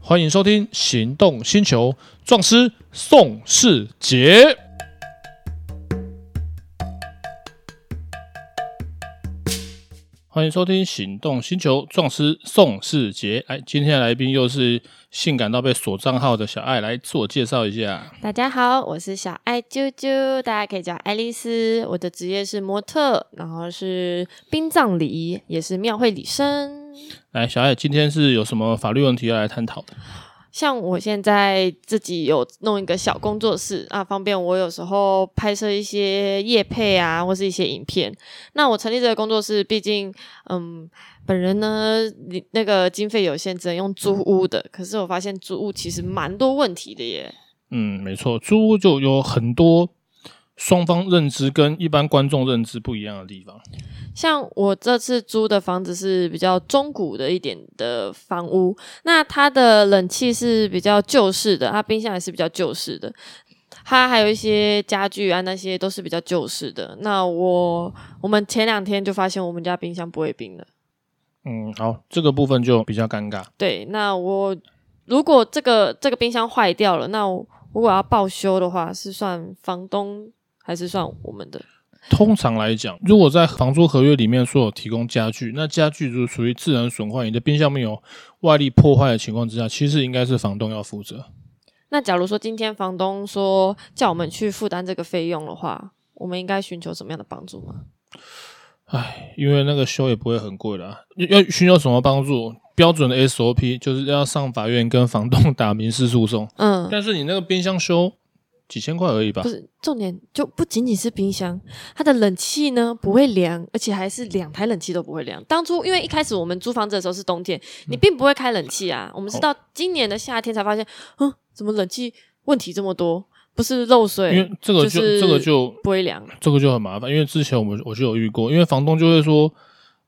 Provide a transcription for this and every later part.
欢迎收听《行动星球》，壮师宋世杰。欢迎收听《行动星球》，壮师宋世杰。哎，今天的来宾又是性感到被锁账号的小爱，来自我介绍一下。大家好，我是小爱啾啾，大家可以叫爱丽丝。我的职业是模特，然后是殡葬礼仪，也是庙会礼生。来，小爱，今天是有什么法律问题要来探讨的？像我现在自己有弄一个小工作室啊，方便我有时候拍摄一些夜配啊，或是一些影片。那我成立这个工作室，毕竟嗯，本人呢，你那个经费有限，只能用租屋的。可是我发现租屋其实蛮多问题的耶。嗯，没错，租屋就有很多双方认知跟一般观众认知不一样的地方。像我这次租的房子是比较中古的一点的房屋，那它的冷气是比较旧式的，它冰箱也是比较旧式的，它还有一些家具啊那些都是比较旧式的。那我我们前两天就发现我们家冰箱不会冰了，嗯，好，这个部分就比较尴尬。对，那我如果这个这个冰箱坏掉了，那我如果要报修的话，是算房东还是算我们的？通常来讲，如果在房租合约里面说有提供家具，那家具就属于自然损坏，你的冰箱没有外力破坏的情况之下，其实应该是房东要负责。那假如说今天房东说叫我们去负担这个费用的话，我们应该寻求什么样的帮助吗？唉，因为那个修也不会很贵啦。要要寻求什么帮助？标准的 SOP 就是要上法院跟房东打民事诉讼。嗯，但是你那个冰箱修几千块而已吧不？是，重点就不仅仅是冰箱，它的冷气呢不会凉，而且还是两台冷气都不会凉。当初因为一开始我们租房子的时候是冬天，嗯你并不会开冷气啊，我哦们是到今年的夏天才发现，嗯，怎么冷气问题这么多？不是漏因为水，这个就、就是这个就不会凉。这个就很麻烦，因为之前我们我就有遇过，因为房东就会说，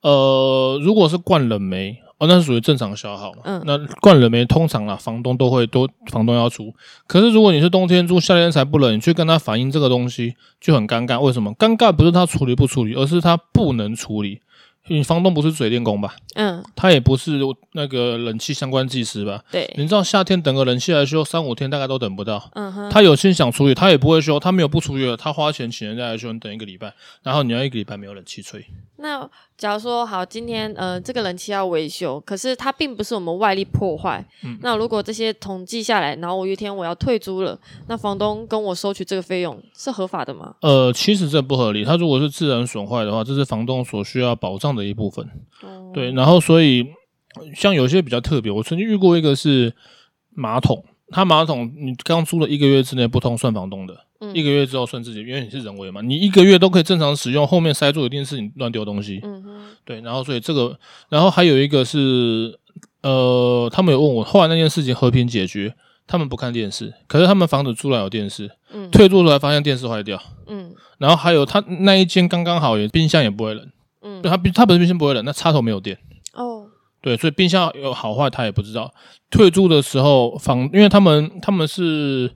呃，如果是灌冷媒，哦，那是属于正常消耗嘛。嗯那灌冷媒通常啦，房东都会都房东要出。可是如果你是冬天租，夏天才不冷，你去跟他反映这个东西就很尴尬。为什么？尴尬不是他处理不处理，而是他不能处理。你房东不是水电工吧？嗯，他也不是那个冷气相关技师吧？对，你知道夏天等个冷气来修三五天，大概都等不到。嗯哼，他有心想处理，他也不会修，他没有不处理的，他花钱请人家来修，你等一个礼拜，然后你要一个礼拜没有冷气吹，那假如说好，今天呃这个冷气要维修，可是它并不是我们外力破坏。那如果这些统计下来，然后我有一天我要退租了，那房东跟我收取这个费用是合法的吗？呃，其实这不合理。他如果是自然损坏的话，这是房东所需要保障的一部分。哦，对，然后所以像有些比较特别，我曾经遇过一个是马桶，他马桶你刚租了一个月之内不通，算房东的。嗯一个月之后算自己，因为你是人为嘛，你一个月都可以正常使用，后面塞住一定是你乱丢东西。嗯哼，对，然后所以这个，然后还有一个是，呃，他们有问我，后来那件事情和平解决，他们不看电视，可是他们房子租来有电视，嗯退租出来发现电视坏掉，嗯然后还有他那一间刚刚好也冰箱也不会冷，嗯对，他冰他不是冰箱不会冷，那插头没有电。哦，对，所以冰箱有好坏他也不知道。退租的时候，房因为他们他们是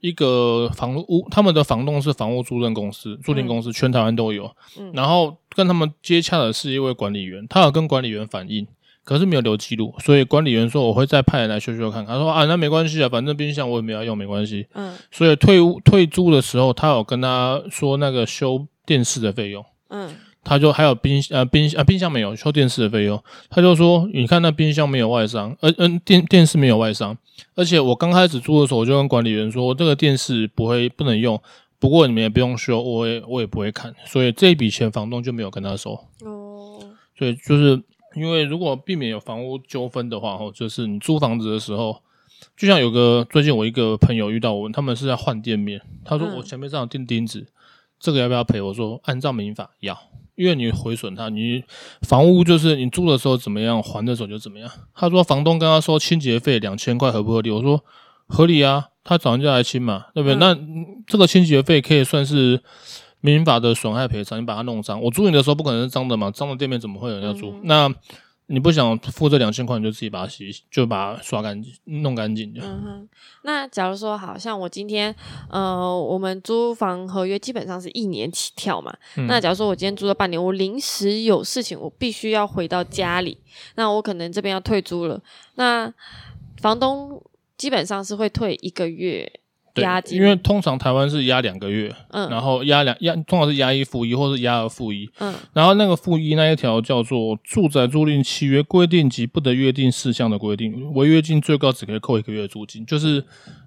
一个房屋，他们的房东是房屋租赁公司、租赁公司，全台湾都有。嗯然后跟他们接洽的是一位管理员，他有跟管理员反映，可是没有留记录，所以管理员说我会再派人来修修看看。他说啊，那没关系啊，反正冰箱我也没有要用，没关系。嗯所以退屋退租的时候，他有跟他说那个修电视的费用。嗯他就还有冰呃冰啊冰箱没有修电视的费用，他就说你看那冰箱没有外伤，呃嗯、电电视没有外伤，而且我刚开始租的时候我就跟管理员说我这个电视不会不能用，不过你们也不用修，我也我也不会看，所以这一笔钱房东就没有跟他收，哦，所以就是因为如果避免有房屋纠纷的话，哦，就是你租房子的时候。就像有个最近我一个朋友遇到我，他们是在换店面，他说嗯我前面这样钉钉子，这个要不要赔？我说按照民法要，因为你毁损它，你房屋就是你租的时候怎么样，还的时候就怎么样。他说房东跟他说清洁费两千块合不合理？我说合理啊，他找人家来清嘛，对不对？嗯那嗯这个清洁费可以算是民法的损害赔偿，你把它弄脏。我租你的时候不可能是脏的嘛，脏的店面怎么会有人要租？嗯哼那你不想付这两千块，你就自己把它洗，就把它刷干净，弄干净。嗯哼。那假如说好像我今天呃，我们租房合约基本上是一年起跳嘛，嗯那假如说我今天租了半年，我临时有事情，我必须要回到家里，那我可能这边要退租了，那房东基本上是会退一个月对押，金，因为通常台湾是压两个月，嗯然后压两压，通常是押一付一，或是押二付一。嗯然后那个附一那一条叫做《住宅租赁契约规定及不得约定事项的规定》，违约金最高只可以扣一个月租金，就是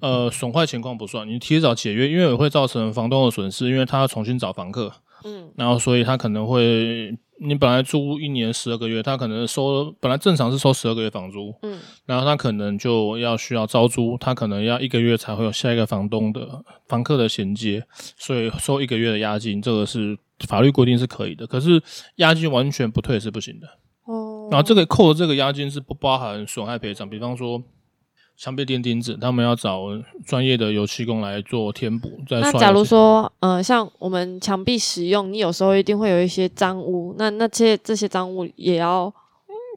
呃损坏情况不算，你提早解约，因为也会造成房东的损失，因为他要重新找房客，嗯然后所以他可能会你本来租一年十二个月，他可能收本来正常是收十二个月房租，嗯，然后他可能就要需要招租，他可能要一个月才会有下一个房东的房客的衔接，所以收一个月的押金，这个是法律规定是可以的，可是押金完全不退是不行的。哦，然后这个扣的这个押金是不包含损害赔偿，比方说墙被钉钉子，他们要找专业的油漆工来做填补，再那刷油漆。假如说，呃，像我们墙壁使用，你有时候一定会有一些脏污，那那些这些脏污也要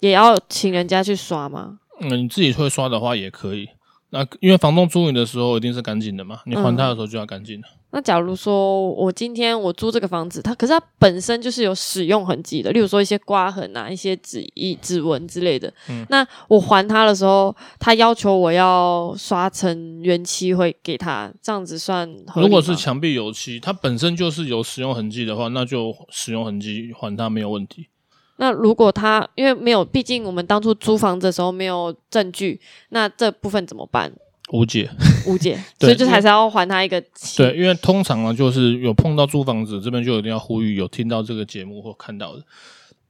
也要请人家去刷吗？嗯，你自己会刷的话也可以。那因为房东租你的时候一定是干净的嘛，你还他嗯的时候就要干净的。那假如说我今天我租这个房子，它可是它本身就是有使用痕迹的，例如说一些刮痕啊、一些指印、指纹之类的。嗯那我还他的时候，他要求我要刷成原漆会给他，这样子算合如理吗果是墙壁油漆，它本身就是有使用痕迹的话，那就使用痕迹还它没有问题。那如果他因为没有，毕竟我们当初租房子的时候没有证据，那这部分怎么办？无解，误解，对所以就还是要还他一个钱对，因为通常呢，就是有碰到租房子这边就一定要呼吁，有听到这个节目或看到的，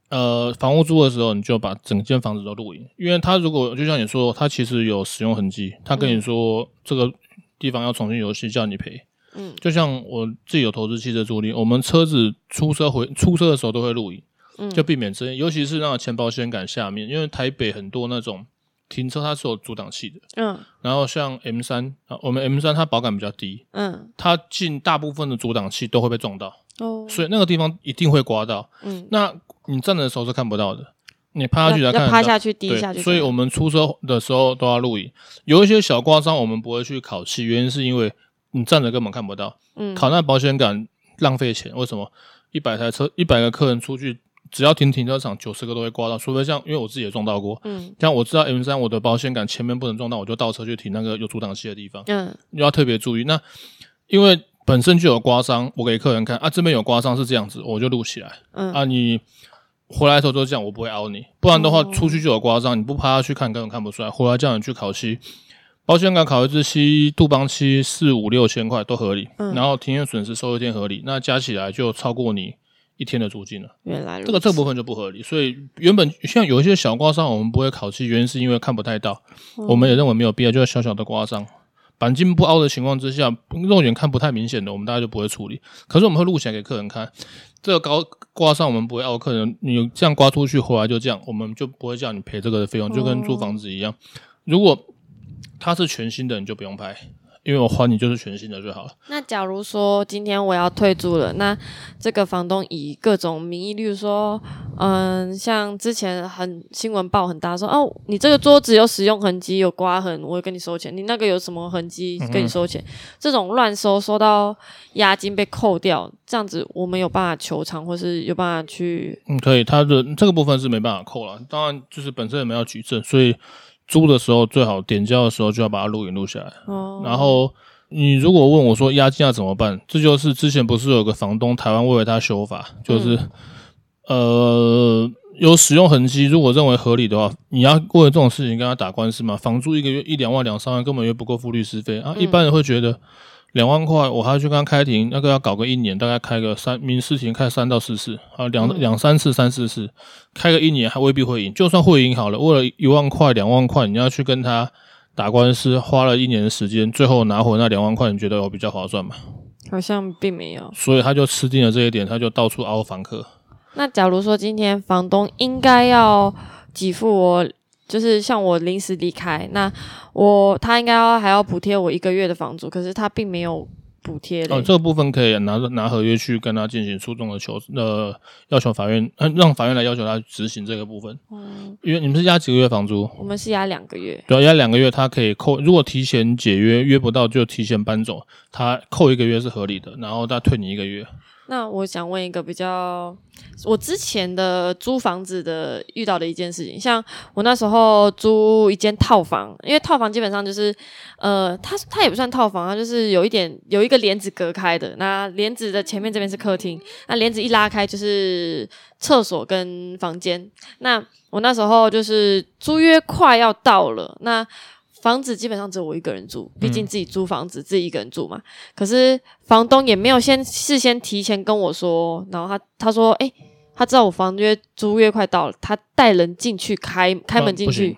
呃，房屋租的时候，你就把整间房子都录影，因为他如果就像你说，他其实有使用痕迹，他跟你说、这个地方要重新油漆，叫你赔。嗯就像我自己有投资汽车租赁，我们车子出车回出车的时候都会录影，嗯就避免争议，尤其是那个前保险杆下面，因为台北很多那种停车它是有阻挡器的，嗯然后像 M 三啊，我们 M 三它保杆比较低，嗯它进大部分的阻挡器都会被撞到，哦，所以那个地方一定会刮到。嗯，那你站的时候是看不到的，你趴要下去才看要得趴到。下去低对，下去，所以我们出车的时候都要录影。有一些小刮伤我们不会去烤漆，原因是因为你站着根本看不到，嗯烤那保险杆浪费钱。为什么？一百台车，一百个客人出去，只要停停车场，九十个都会刮到，除非像因为我自己也撞到过。嗯像我知道 M 三我的保险杆前面不能撞到，我就倒车去停那个有阻挡器的地方，嗯要特别注意。那因为本身就有刮伤，我给客人看啊，这边有刮伤是这样子，我就录起来。嗯啊，你回来的时候就这样，我不会凹你，不然的话哦出去就有刮伤，你不趴下去看根本看不出来。回来叫你去烤漆，保险杆烤一支漆，杜邦漆四五六千块都合理，嗯然后庭院损失收一天合理，那加起来就超过你一天的租金了。原来如这个这个此部分就不合理，所以原本像有一些小刮伤我们不会烤漆，原因是因为看不太到，嗯我们也认为没有必要，就是小小的刮伤。板筋不凹的情况之下，肉眼看不太明显的，我们大家就不会处理。可是我们会录起来给客人看，这个高刮伤我们不会凹，客人你这样刮出去回来就这样，我们就不会叫你赔这个费哦用，就跟租房子一样。如果它是全新的，你就不用拍，因为我还你就是全新的就好了。那假如说今天我要退租了，那这个房东以各种名义，例如说，嗯，像之前很新闻报很大说，哦，你这个桌子有使用痕迹，有刮痕，我会跟你收钱；你那个有什么痕迹，嗯跟你收钱。这种乱收，收到押金被扣掉，这样子我们有办法求偿，或是有办法去，嗯，可以，它的这个部分是没办法扣了。当然，就是本身也没有举证，所以租的时候最好点交的时候就要把它录影录下来。哦，然后你如果问我说押金要怎么办，这就是之前不是有个房东台湾为了他修法，就是、嗯呃有使用痕迹，如果认为合理的话，你要为了这种事情跟他打官司嘛？房租一个月一两万两三万根本就不够付律师费嗯啊！一般人会觉得。两万块，我还要去跟他开庭，那个要搞个一年，大概开个三民事庭开三到四次，啊两嗯两三次、三四次，开个一年还未必会赢。就算会赢好了，为了一万块、两万块，你要去跟他打官司，花了一年的时间，最后拿回那两万块，你觉得有比较划算吗？好像并没有。所以他就吃定了这一点，他就到处凹房客。那假如说今天房东应该要给付我，就是像我临时离开，那我他应该要还要补贴我一个月的房租，可是他并没有补贴的。哦，这个部分可以拿拿合约去跟他进行诉讼的求，呃，要求法院，呃让法院来要求他执行这个部分。嗯因为你们是押几个月房租？我们是押两个月，对啊，押两个月，他可以扣。如果提前解约，约不到就提前搬走，他扣一个月是合理的，然后他退你一个月。那我想问一个比较，我之前的租房子的遇到的一件事情，像我那时候租一间套房，因为套房基本上就是，呃，它它也不算套房，它就是有一点有一个帘子隔开的，那帘子的前面这边是客厅，那帘子一拉开就是厕所跟房间。那我那时候就是租约快要到了，那。房子基本上只有我一个人住，毕嗯竟自己租房子、自己一个人住嘛。可是房东也没有先事先提前跟我说，然后他他说，哎、他知道我房约租约快到了，他带人进去开开门进哦不去行，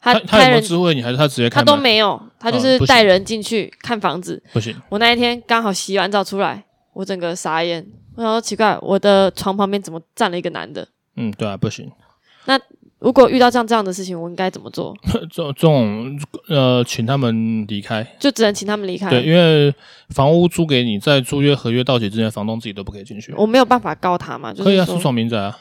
他他有开没有人知会你，还是他直接开他门？都没有，他就嗯是不行带人进去看房子。不行，我那一天刚好洗完澡出来，我整个傻眼，我想说奇怪，我的床旁边怎么站了一个男的？嗯，对啊，不行。如果遇到像这样的事情，我应该怎么做？这这种呃，请他们离开。就只能请他们离开。对，因为房屋租给你，在租约合约到期之前，房东自己都不可以进去。我没有办法告他哦嘛，就可以是啊，说私闯民宅啊。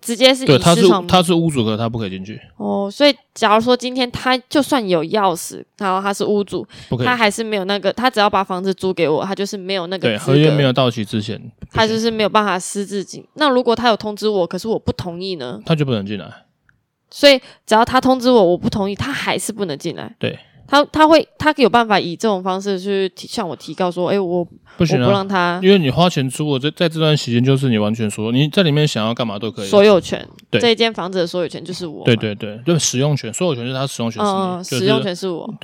直接是对，以他是私闯他是屋主，可是他不可以进去，哦，所以假如说今天他就算有钥匙，然后他是屋主，不可以他。还是没有那个，他只要把房子租给我，他就是没有那个对，资合约格没有到期之前，他就是没有办法私自进。那如果他有通知我，可是我不同意呢？他就不能进来。所以只要他通知我，我不同意，他还是不能进来。对，他他会他有办法以这种方式去提向我提告说，哎、我不我行不啊，让他因为你花钱租，我这在这段时间就是你完全所有，你在里面想要干嘛都可以啊。所有权，对这一间房子的所有权就是我，对，对对，就使用权，所有权是他使用权是嗯、你，就使是用权是我，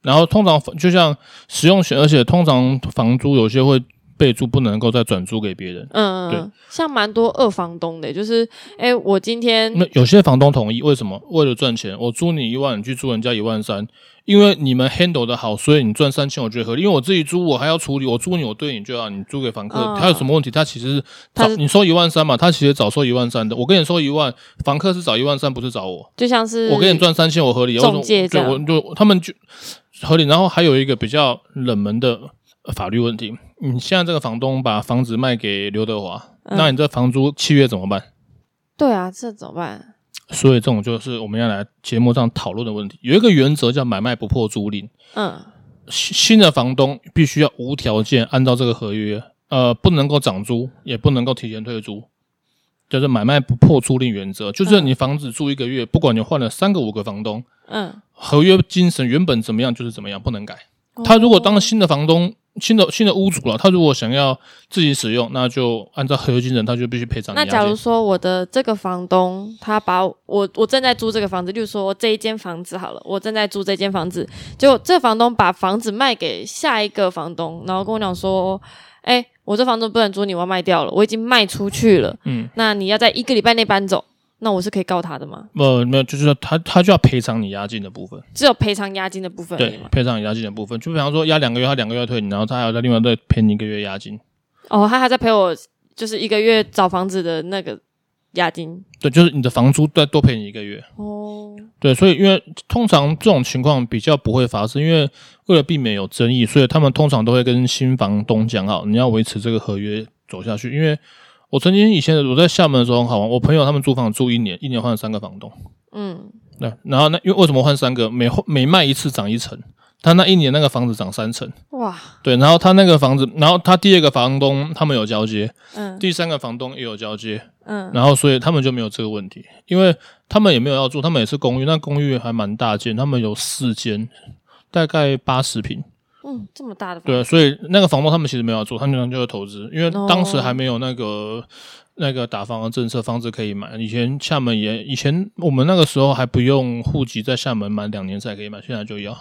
然后通常就像使用权，而且通常房租有些会备注不能够再转租给别人。嗯，对嗯像蛮多二房东的，就是哎、诶我今天那有些房东同意，为什么？为了赚钱，我租你一万，你去租人家一万三，因为你们 handle 的好，所以你赚三千，我觉得合理。因为我自己租，我还要处理，我租你，我对你就要你租给房客，嗯他有什么问题？他其实是他找是你收一万三嘛，他其实早收一万三的。我跟你收一万，房客是找一万三，不是找我。就像是我给你赚三千，我合理。啊我嗯中介对，这样我就他们就合理。然后还有一个比较冷门的呃法律问题，你现在这个房东把房子卖给刘德华，嗯那你这房租契约怎么办？对啊，这怎么办？所以这种就是我们要来节目上讨论的问题。有一个原则叫买卖不破租赁，嗯，新新的房东必须要无条件按照这个合约，呃，不能够涨租，也不能够提前退租。就是买卖不破租赁原则，就是你房子住一个月，不管你换了三个五个房东，嗯，合约精神原本怎么样就是怎么样，不能改。他如果当哦新的房东、新的新的屋主了，他如果想要自己使用，那就按照合约精神，他就必须赔偿你那押假如金。说我的这个房东他把我我我正在租这个房子，例如说这一间房子好了，我正在租这间房子，结果这房东把房子卖给下一个房东，然后跟我讲说，哎、我这房子不能租你，我要卖掉了，我已经卖出去了，嗯，那你要在一个礼拜内搬走，那我是可以告他的吗？呃，没有，就是说他他就要赔偿你押金的部分，只有赔偿押金的部分而已对吗？，赔偿你押金的部分，就比方说押两个月，他两个月退你，然后他还要再另外再赔你一个月押金。哦，他还在陪我，就是一个月找房子的那个押金。对，就是你的房租再多赔你一个月。哦，对，所以因为通常这种情况比较不会发生，因为为了避免有争议，所以他们通常都会跟新房东讲好，你要维持这个合约走下去。因为我曾经以前我在厦门的时候很好玩，我朋友他们租房住一年，一年换了三个房东。嗯，对，然后那因为为什么换三个？每换每卖一次涨一层，他那一年那个房子涨三层。哇，对，然后他那个房子，然后他第二个房东他们有交接，嗯第三个房东也有交接，嗯然后所以他们就没有这个问题，因为他们也没有要住，他们也是公寓，那公寓还蛮大间，他们有四间，大概八十平，嗯，这么大的房对，啊所以那个房东他们其实没有要住，他们就是投资，因为哦当时还没有那个那个打房的政策，房子可以买，以前厦门也以前我们那个时候还不用户籍在厦门满两年才可以买，现在就要，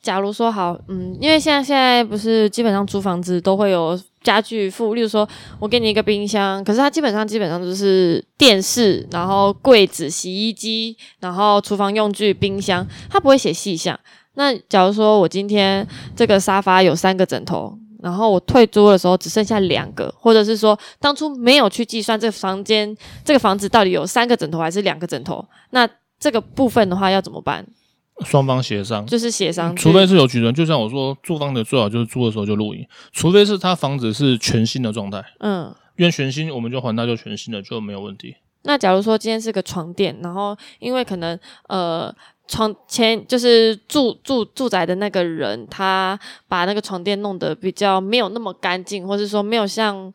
假如说好，嗯，因为现在现在不是基本上租房子都会有家具付，例如说我给你一个冰箱，可是它基本上基本上就是电视，然后柜子、洗衣机，然后厨房用具、冰箱，它不会写细项。那假如说我今天这个沙发有三个枕头，然后我退租的时候只剩下两个，或者是说当初没有去计算这个房间这个房子到底有三个枕头还是两个枕头，那这个部分的话要怎么办？双方协商。就是协商去，除非是有举人，就像我说，租房子最好就是租的时候就录影，除非是他房子是全新的状态，嗯。因为全新我们就还他就全新的就没有问题。那假如说今天是个床垫，然后因为可能呃床前就是住住住宅的那个人，他把那个床垫弄得比较没有那么干净，或是说没有像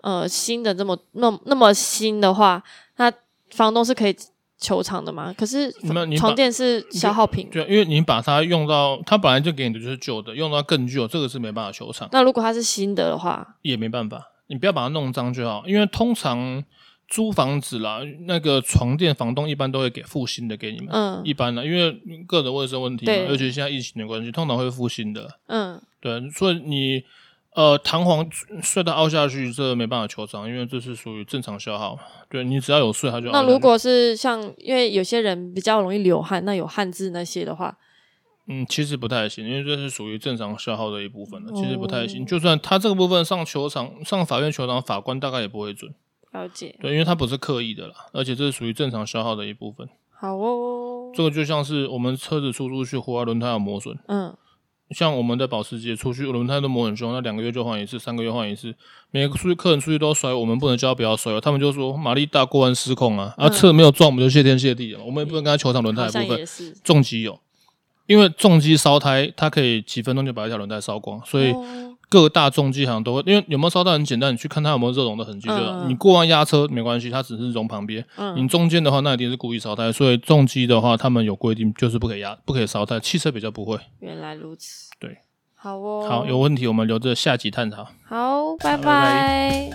呃新的这么那那么新的话，那房东是可以求偿的嘛？可是没有你把床垫是消耗品，对，因为你把它用到，它本来就给你的就是旧的，用到更旧，这个是没办法修缮，那如果它是新的的话，也没办法。你不要把它弄脏就好，因为通常租房子啦，那个床垫房东一般都会给付新的给你们，嗯一般的，因为个人卫生问题嘛，对尤其现在疫情的关系，通常会付新的。嗯，对，所以你呃弹簧睡到凹下去，这没办法求偿，因为这是属于正常消耗。对啊你只要有睡，它就凹那下去如果是像因为有些人比较容易流汗，那有汗渍那些的话，嗯，其实不太行，因为这是属于正常消耗的一部分了，其实不太行。哦就算他这个部分上球场、上法院球场，法官大概也不会准，了解，对，因为他不是刻意的啦，而且这是属于正常消耗的一部分。好哦，这个就像是我们车子出出去，户外轮胎有磨损，嗯，像我们的保时捷出去轮胎都磨很凶，那两个月就换一次，三个月换一次。每个出去客人出去都摔，我们不能叫他不要摔哦，他们就说马力大过弯失控啊，啊嗯车没有撞我们就谢天谢地了，我们也不能跟他球场轮胎好的像部分也是，重机有，因为重机烧胎，它可以几分钟就把一条轮胎烧光，所以哦各大重机行都会，因为有没有烧胎很简单，你去看它有没有热熔的痕迹就好。嗯嗯你过弯压车没关系，它只是熔旁边，你嗯，中间的话那一定是故意烧胎，所以重机的话他们有规定就是不可以压，不可以烧胎，汽车比较不会。原来如此，对，好哦，好，有问题我们留着下集探讨。好，拜拜拜。